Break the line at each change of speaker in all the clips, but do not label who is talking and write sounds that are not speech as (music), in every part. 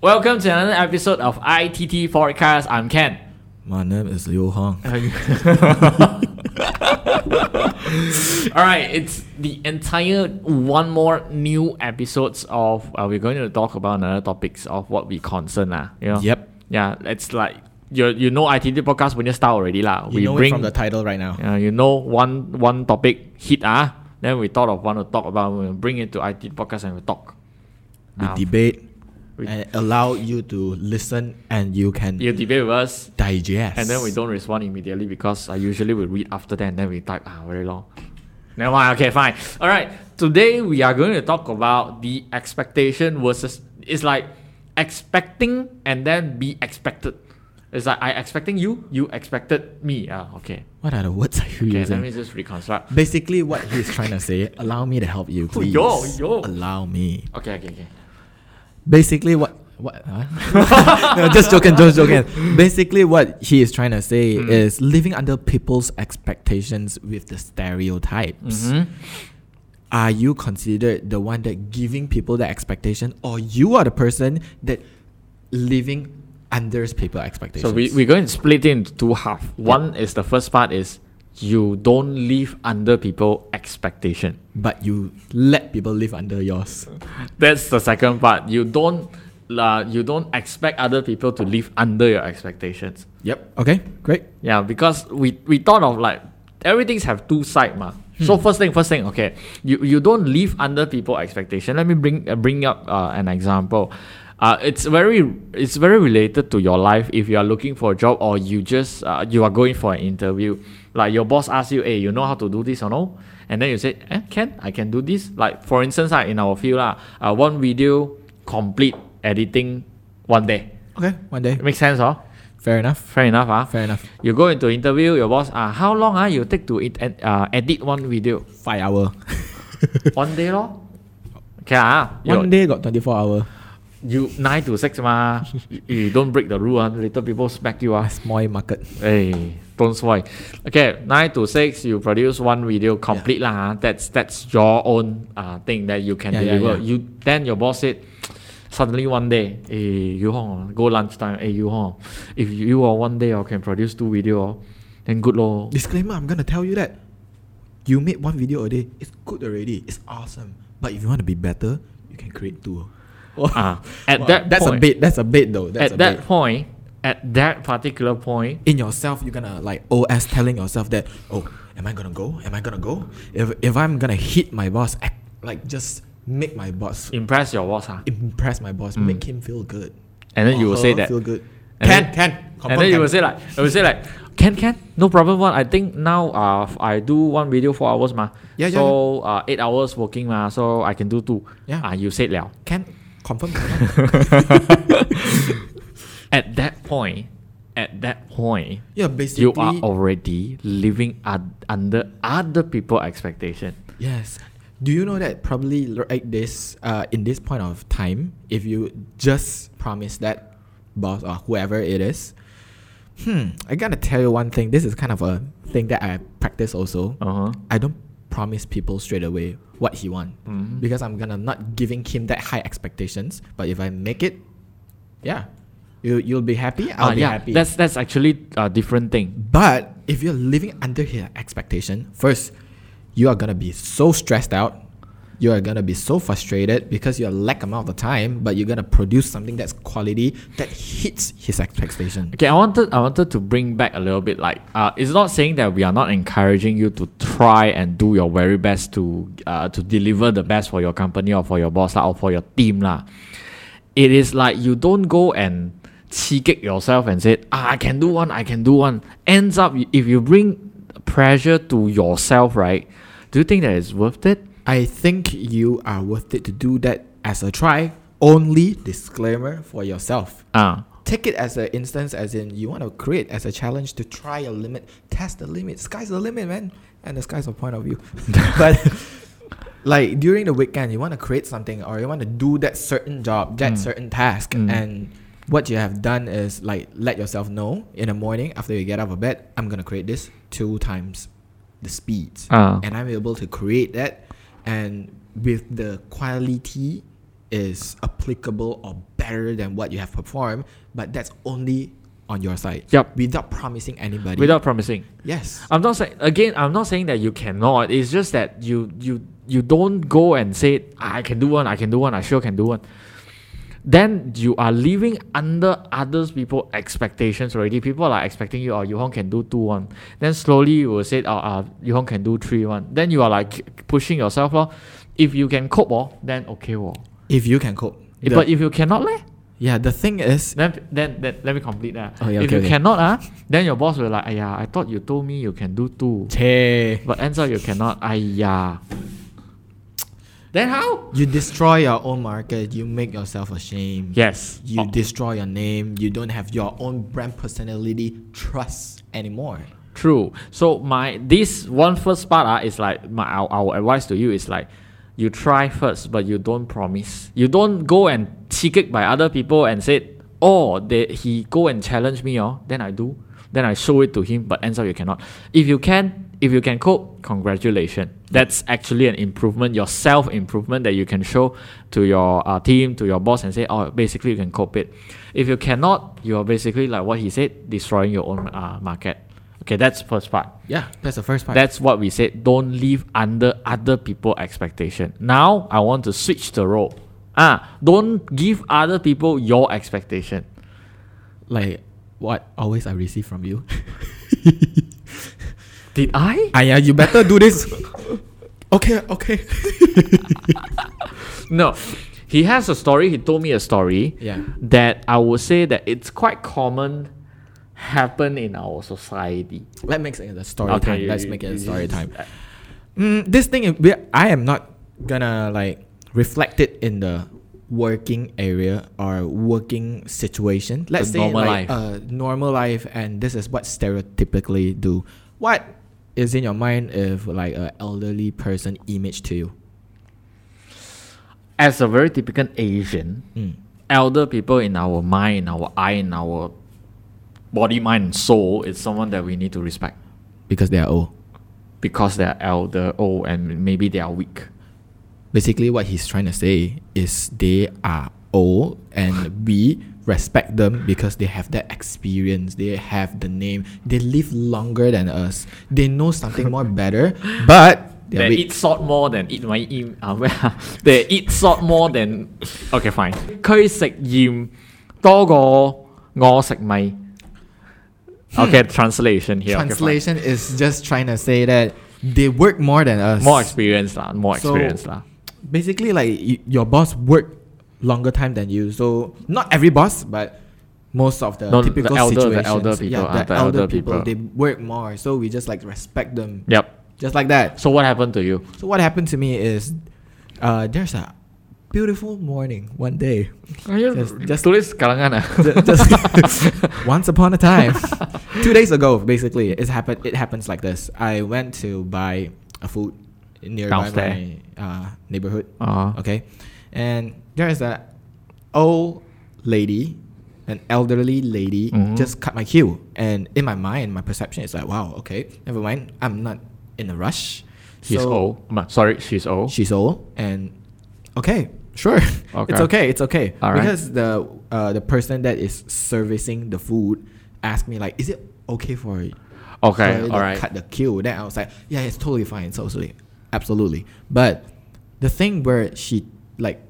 Welcome to another episode of ITT Forecast. I'm Ken.
My name is Liu Hong.
All right, it's the entire one more new episodes of uh, we're going to talk about another topics of what we concern lah. You know?
Yep.
Yeah, it's like you you know ITT podcast when you start already lah.
You
we
know
bring
it from the title right now.
uh, you know one one topic hit ah, then we thought of one to talk about. We bring it to ITT podcast and we talk.
We
Ah,
debate
we-
and allow you to listen and you can
you debate with us.
digest.
And then we don't respond immediately because I usually will read after that and then we type ah very long. Never mind, okay, fine. Alright. Today we are going to talk about the expectation versus it's like expecting and then be expected. It's like I expecting you, you expected me. Ah, okay.
What are the words are you
Okay, let
using?
me just reconstruct.
Basically, what he's trying to say, allow me to help you,
Oh, (laughs)
please.
yo, yo.
Allow me.
Okay, okay, okay.
Basically, what. What? Huh? (laughs) no, just joking, just joking. Basically, what he is trying to say
Hmm.
is living under people's expectations with the stereotypes.
Mhm.
are you considered the one that giving people the expectation or you are the person that living under people expectations
So we, we're going to split it into two half. One is the first part is you don't live under people expectation.
but you let people live under yours
That's the second part. You don't uh, you don't expect other people to live under your expectations.
yep okay great
Yeah, because we, we thought of like everything's have two side ma. So first thing, first thing, okay, you you don't live under people expectation. Let me bring uh, bring up uh, an example. Uh, it's very it's very related to your life. If you are looking for a job or you just uh, you are going for an interview, like your boss asks you, "Hey, you know how to do this or no?" And then you say, "Eh, can I can do this?" Like for instance, uh, in our field, lah, uh, one video complete editing one day.
okay one day
Make sense, huh?
fair enough
Fair enough, ah.
fair enough
You go into interview, your boss, ah, how long ah you take to it, ed- uh, edit one video?
five
(laughs)
hour
One day lor. Okay ah, you,
one day got 24 hour
you nine to six ma. (laughs) you, you don't break the rule ah, later people smack you ah.
small market
Hey, don't sway. Okay, nine to six, you produce one video complete lah. ah. That's that's your own uh, thing that you can
Yeah, yeah,
deliver.
yeah.
You then your boss said. Suddenly one day, hey you Hong, go lunchtime. Hey you Hong, if you are one day or can produce two video, oh, then good lor.
disclaimer i'm gonna tell you that you made one video a day it's good already it's awesome but if you want to be better you can create two
Ah, at
(laughs) Wow,
that
that's
point-
a bait that's a bait though
at
that's a bait.
that point, at that particular point,
in yourself you're gonna like os telling yourself that oh am i gonna go am i gonna go if, if i'm gonna hit my boss act, like just make my boss
impress your boss, ah.
impress my boss make him feel good
and then you
Or
will say
her
that,
feel good
And
can
then-
can
and then you will say like, you will say like, can can, no problem. One, I think now, uh, f- I do one video four hours, ma.
Yeah, yeah,
So uh, eight hours working, ma. So I can do two.
Yeah.
Ah, you said
(laughs)
liao.
can
(laughs)
confirm
At that point, at that point,
yeah basically
you are already living ad- under other people expectation.
Yes. Do you know that probably like this uh, in this point of time, if you just promise that boss or whoever it is, hmm, I gotta tell you one thing. This is kind of a thing that I practice also.
Uh huh.
I don't promise people straight away what he want
Mm-hmm.
because I'm gonna not giving him that high expectations. But if I make it, yeah, you you'll be happy. I'll
Ah,
be
yeah,
happy.
that's that's actually a different thing.
But if you're living under his expectation, first, you are gonna be so stressed out. You are gonna be so frustrated because you're lack amount of time, but you're gonna produce something that's quality that hits his expectation.
Okay, I wanted I wanted to bring back a little bit. Like, uh, it's not saying that we are not encouraging you to try and do your very best to uh, to deliver the best for your company or for your boss lah, or for your team lah. It is like you don't go and kick yourself and say, ah, I can do one, I can do one. Ends up if you bring pressure to yourself, right? Do you think that it's worth it?
I think you are worth it to do that as a try. Only disclaimer for yourself.
Ah,
Take it as an instance, as in you want to create as a challenge to try your limit, test the limit. Sky's the limit, man, and the sky's the point of view. (laughs) but like during the weekend you want to create something or you want to do that certain job that certain task
Mm.
and what you have done is like let yourself know in the morning after you get out of bed i'm gonna create this two times the speed
Ah.
and i'm able to create that and with the quality is applicable or better than what you have performed, but that's only on your side.
Yup.
Without promising anybody.
without promising.
yes.
I'm not saying again. I'm not saying that you cannot. It's just that you you you don't go and say I can do one. I can do one. I sure can do one. Then you are living under others people expectations already. People are expecting you. Oh, Yu Hong can do two one. Then slowly you will say, oh, uh, Yu Hong can do three one. Then you are like pushing yourself. lor. If you can cope, oh, then okay. Oh.
If you can cope. The-
but if you cannot, leh,
yeah, the thing is
then, then, then let me complete that.
Oh, yeah,
if
okay,
you
okay.
cannot, ah, then your boss will like, yeah, I thought you told me you can do two.
Hey.
But ends up you cannot. Aiya. Then how?
You destroy your own market, you make yourself ashamed.
Yes.
You
Oh,
destroy your name, you don't have your own brand personality trust anymore.
true. So my this one first part ah is like my our, our advice to you is like you try first, but you don't promise. You don't go and cheated by other people and said, oh, they, he go and challenge me, oh, then I do. Then I show it to him, but ends up you cannot. If you can, if you can cope, congratulations. That's actually an improvement, your self improvement that you can show to your uh, team, to your boss, and say, oh, basically you can cope it. If you cannot, you are basically like what he said, destroying your own uh, market. Okay, that's first part.
Yeah, that's the first part.
That's what we said. Don't live under other people expectation. Now I want to switch the role. Ah, don't give other people your expectation.
like what always I receive from you. (laughs)
Did I?
Aya, you better do this. (laughs) okay, okay.
No. He has a story. He told me a story.
(laughs) Yeah.
That I would say that it's quite common, happen in our society.
Let's make it a story
Okay,
time.
you-
Let's
you-
make it
you-
a story
you-
time. Mm, this thing, is- we- I am not gonna like reflect it in the working area or working situation.
The
Let's say
normal
like
life.
a normal life, and this is what stereotypically do. What is in your mind if like an elderly person image to you?
As a very typical Asian,
Mm.
elder people in our mind, in our eye, in our body, mind, and soul is someone that we need to respect.
Because they are old.
because they're elder, old, and maybe they are weak.
basically what he's trying to say is they are old and we respect them because they have that experience they have the name they live longer than us they know something
(laughs)
more better but
They
they're weak.
eat salt more than eat my im. Uh, (laughs) well, they eat salt more than. Okay, fine. 佢食鹽多過我食米。Okay, translation here. okay, fine.
Hmm. translation is just trying to say that they work more than us
more experience lah. More
So-
experience lah.
basically like y- your boss work longer time than you so not every boss but most of the
No, the
typical
elder- the
situations
elder people,
yeah,
uh,
the, elder, people,
people.
they work more so we just like respect them
Yep.
just like that
So what happened to you?
So what happened to me is, uh, there's a beautiful morning one day. (laughs) Just- just-
tulis kalangan ah.
Ju-
(laughs)
just- (laughs) once upon a time, two days ago, basically, it happened. It happens like this. I went to buy a food nearby
Downstairs.
my uh, neighborhood.
Uh-huh.
Okay, and there is a old lady, an elderly lady,
Mhm.
just cut my queue. And in my mind, my perception is like, wow, okay, never mind. I'm not in a rush.
He's
So-
old. Ma- Sorry, she's old.
she's old and okay sure
Okay.
it's okay it's okay
All right.
because the uh, the person that is servicing the food asked me like is it okay for you
okay,
to
all right.
cut the queue then i was like yeah it's totally fine it's totally absolutely but the thing where she like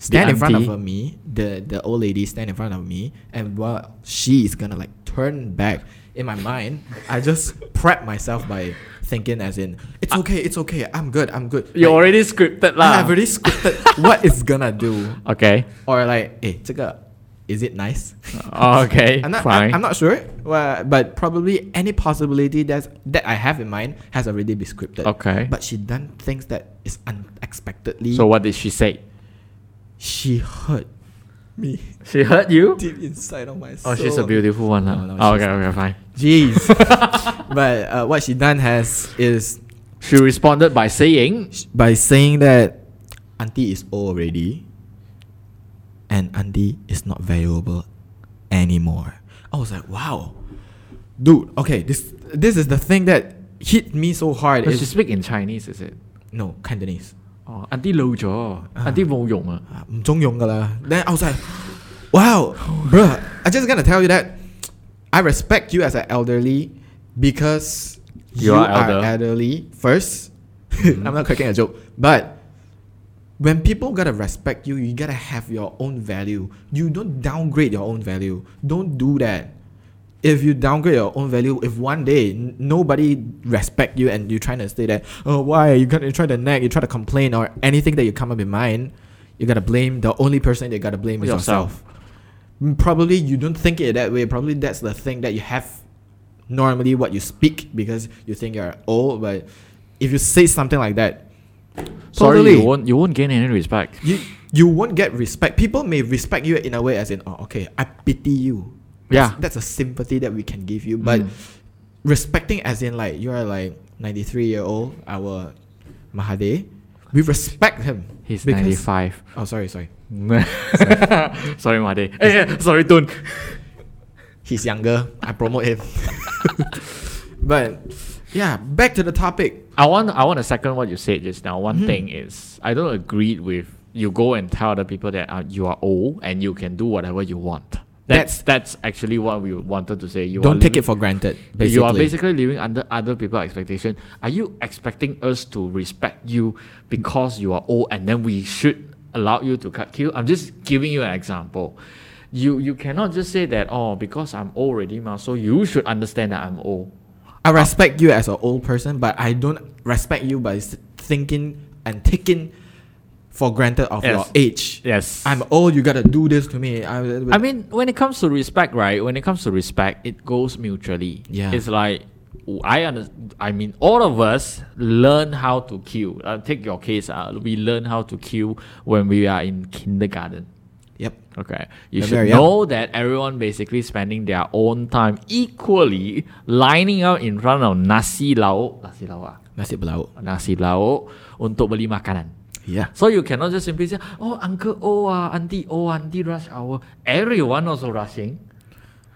stand in front
auntie.
of me the the old lady stand in front of me and while she's gonna like turn back in my mind i just (laughs) prep myself by thinking as in it's okay it's okay i'm good i'm good
You
Like,
already scripted lah.
I've already scripted what it's gonna do.
(laughs) Okay.
Or like, hey, 这个 is
(laughs)
it nice?
Oh, Okay.
I'm not,
fine.
I'm not sure, well, but probably any possibility that's, that I have in mind has already been scripted.
Okay.
But she done things that is unexpectedly.
So what did she say?
she hurt me (laughs)
She hurt you?
deep inside of my soul.
Oh, she's a beautiful one.
No,
huh?
no,
oh,
she's
okay, okay, fine.
Jeez. (laughs) but uh, what she done has is
(laughs) She responded by saying,
sh- by saying that auntie is old already and auntie is not valuable anymore i was like wow dude okay this this is the thing that hit me so hard
Does she
is
speak in Chinese, is it? Oh,
no cantonese
哦，aunty 老咗，aunty 冇用啊。
Ah, 唔中用㗎啦。Then I was like, wow, bruh, I just gotta tell you that I respect you as an elderly because
You
you,
are
are,
elder.
elderly first. (laughs) I'm not cracking a joke, but when people gotta respect you, you gotta have your own value. You don't downgrade your own value. Don't do that. If you downgrade your own value, if one day n- nobody respect you and you're trying to stay there, oh why you gotta you try to nag, you try to complain or anything that you come up in mind, you gotta blame the only person you gotta blame is
Yourself.
yourself. Mm, Probably you don't think it that way. Probably that's the thing that you have normally what you speak because you think you're old, but if you say something like that,
Sorry,
totally.
you won't you won't gain any respect.
you you won't get respect. People may respect you in a way as in, oh, okay, I pity you. That's-
Yeah.
that's a sympathy that we can give you. But
Mm.
respecting as in like you are like ninety three year old our Mahade, we respect him.
He's
because-
ninety
(laughs)
five.
Oh, sorry, sorry.
sorry, (laughs) Mate. Eh, eh, sorry, Tun.
He's younger. I
(laughs)
promote him. (laughs) but yeah, back to the topic.
I want I want to second what you said just now.
Hmm.
One thing is I don't agree with you go and tell other people that uh, you are old and you can do whatever you want. That's that's actually what we wanted to say. You are
Don't take
living-
it for granted. Basically.
You are basically living under other people's expectation. Are you expecting us to respect you because you are old and then we should allow you to cut queue? I'm just giving you an example. You you cannot just say that oh because I'm old already ma, so you should understand that I'm old.
I respect you as an old person, but I don't respect you by s- thinking and taking for granted of your
Yes.
age.
Yes.
I'm old. You gotta do this to me. I,
I mean, when it comes to respect, right? When it comes to respect, it goes mutually.
Yeah.
It's like I under, I mean, all of us learn how to queue. Uh, take your case. Uh, we learn how to queue when we are in kindergarten.
yep.
Okay, you
They're
should
very young.
know that everyone basically spending their own time equally lining up in front of nasi lauk, nasi lauk, ah?
Nasi belau.
nasi lauk untuk beli makanan.
Yeah.
So you cannot just simply say, oh, Uncle O, ah, Auntie O, Auntie rush hour. Everyone also rushing.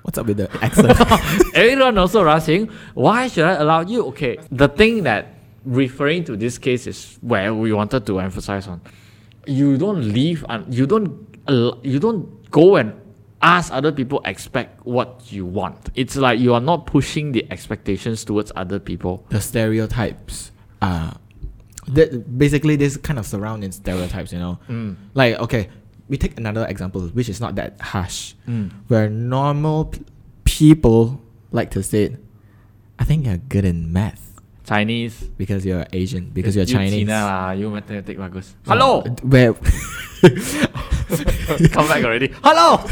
What's up with the accent?
(laughs) Everyone also rushing. Why should I allow you? Okay, the thing that referring to this case is where we wanted to emphasize on. You don't leave and you don't al- you don't go and ask other people expect what you want. It's like you are not pushing the expectations towards other people.
the stereotypes are that basically this kind of surrounding stereotypes you know
Mm.
like okay we take another example which is not that harsh
Mm.
where normal p- people like to say i think you're good in math
Chinese.
because you're asian because you're
you
chinese
Cina lah, you mathematic bagus. Hello.
Uh, where (laughs)
(laughs) Come back already. Hello!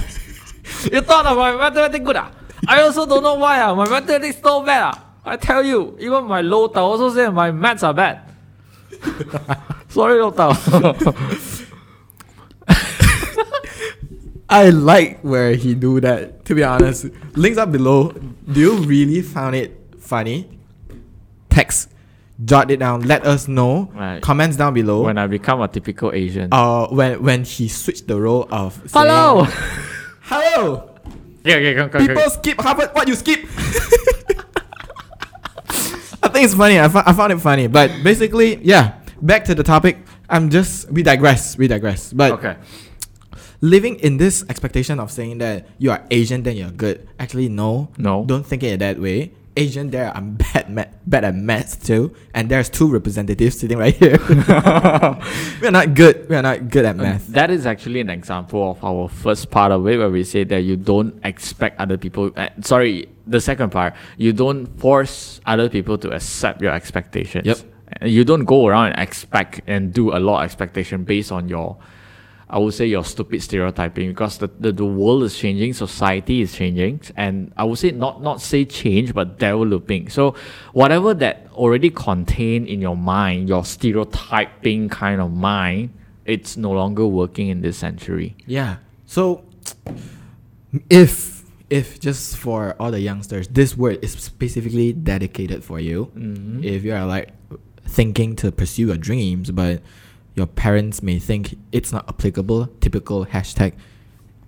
You thought that my mathematics good ah? I also don't know why ah. My mathematics so bad ah. I tell you, even my low tau also say my maths are bad. (laughs) Sorry, low tau.
i like where he do that to be honest links up below do you really found it funny text jot it down let us know
Right.
comments down
(laughs)
below
when I become a typical Asian.
uh when when he switched the role of saying,
Hello! (laughs)
hello
yeah, yeah, come, come, come.
people skip Harvard what you skip (laughs) I think it's funny I, fo- I found it funny but basically yeah back to the topic I'm just we digress we digress but
Okay.
living in this expectation of saying that you are Asian then you're good actually no
No.
don't think it that way Asian there I'm bad ma- bad at maths too and there's two representatives sitting right here (laughs) we're not good we're not good at math
That is actually an example of our first part of it where we say that you don't expect other people. Uh, sorry, the second part, you don't force other people to accept your expectations.
Yep.
Uh, You don't go around and expect and do a lot of expectation based on your, I would say, your stupid stereotyping because the, the, the world is changing, society is changing, and I would say not not say change but developing. So whatever that already contained in your mind, your stereotyping kind of mind, it's no longer working in this century.
Yeah. So if if just for all the youngsters, this word is specifically dedicated for you. If you are like thinking to pursue your dreams, but your parents may think it's not applicable. Typical hashtag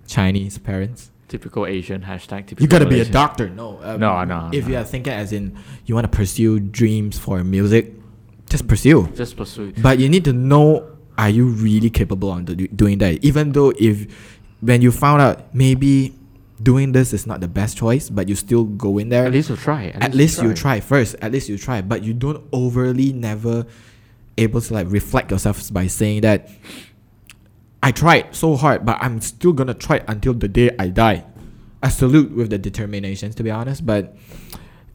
Chinese parents.
Typical Asian hashtag. Typical
You gotta be a
Asian.
doctor. No, um,
No, no,
If
no.
you are thinking as in you want to pursue dreams for music, just pursue.
Just pursue.
But you need to know are you really capable on do- doing that? Even though if when you found out maybe doing this is not the best choice, but you still go in there.
At least you try.
At, least, you try first. At least you try. But you don't overly never able to like reflect yourself by saying that I tried so hard, but I'm still gonna try until the day I die. I salute with the determinations to be honest, but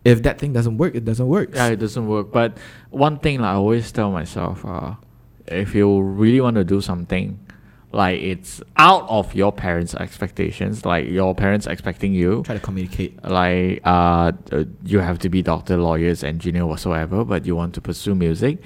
if that thing doesn't work, it doesn't work.
Yeah, it doesn't work. But one thing like, I always tell myself, uh, if you really want to do something, like it's out of your parents' expectations, like your parents expecting you,
Try to communicate.
like uh, uh, you have to be doctor, lawyers, engineer, whatsoever, but you want to pursue music,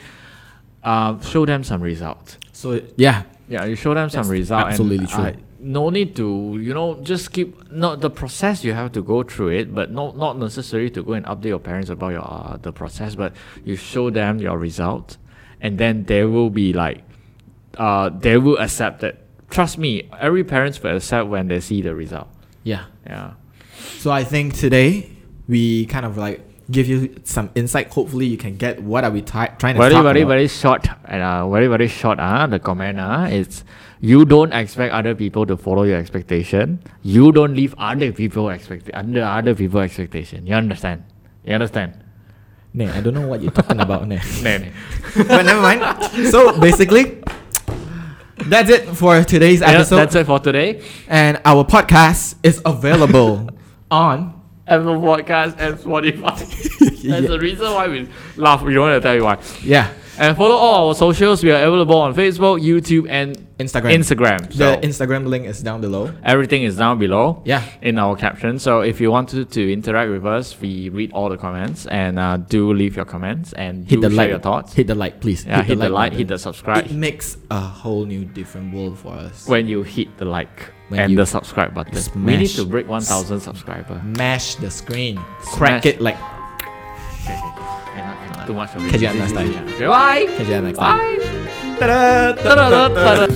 uh, show them some results.
So yeah,
Yeah, you show them
That's
some result.
absolutely
and,
true.
uh, no need to, you know, just keep not the process you have to go through it, but not not necessary to go and update your parents about your uh, the process. But you show them your result, and then they will be like, uh, they will accept it. Trust me, every parents will accept when they see the result.
yeah.
Yeah,
So I think today we kind of like give you some insight. Hopefully, you can get what are we ty- trying to
very
talk
very
about.
very short and uh, very very short. Ah, the comment ah, it's you don't expect other people to follow your expectation. You don't leave other people expect under other people expectation. You understand? You understand?
Nay, I don't know
(laughs)
what you're talking about, Nay.
Nah, nah.
(laughs) but never mind. So basically, that's it for today's
Yeah, (laughs)
episode.
that's it for today.
And our podcast is available (laughs) on.
Apple Podcast and Spotify. (laughs) That's
(laughs)
the reason why we laugh. We don't want to tell you why.
Yeah.
And follow all our socials. We are available on Facebook, YouTube, and
Instagram.
Instagram.
the
So-
Instagram link is down below.
Everything is down below.
Yeah.
In our caption. So if you want to, to interact with us, we read all the comments and uh, do leave your comments and do
Hit the
share
like.
your thoughts.
Hit the like, please.
yeah, hit, the like,
button.
hit the subscribe.
It makes a whole new different world for us.
when you hit the like
When
and
you
the subscribe button, we need
smash- Mm.
to break 1,000 subscribers.
Mash the screen. Crack
Smash.
it like.
Too much of it.
Catch you up next time.
Goodbye.
Catch you up next time.
Bye. Ta-da, ta-da, ta-da.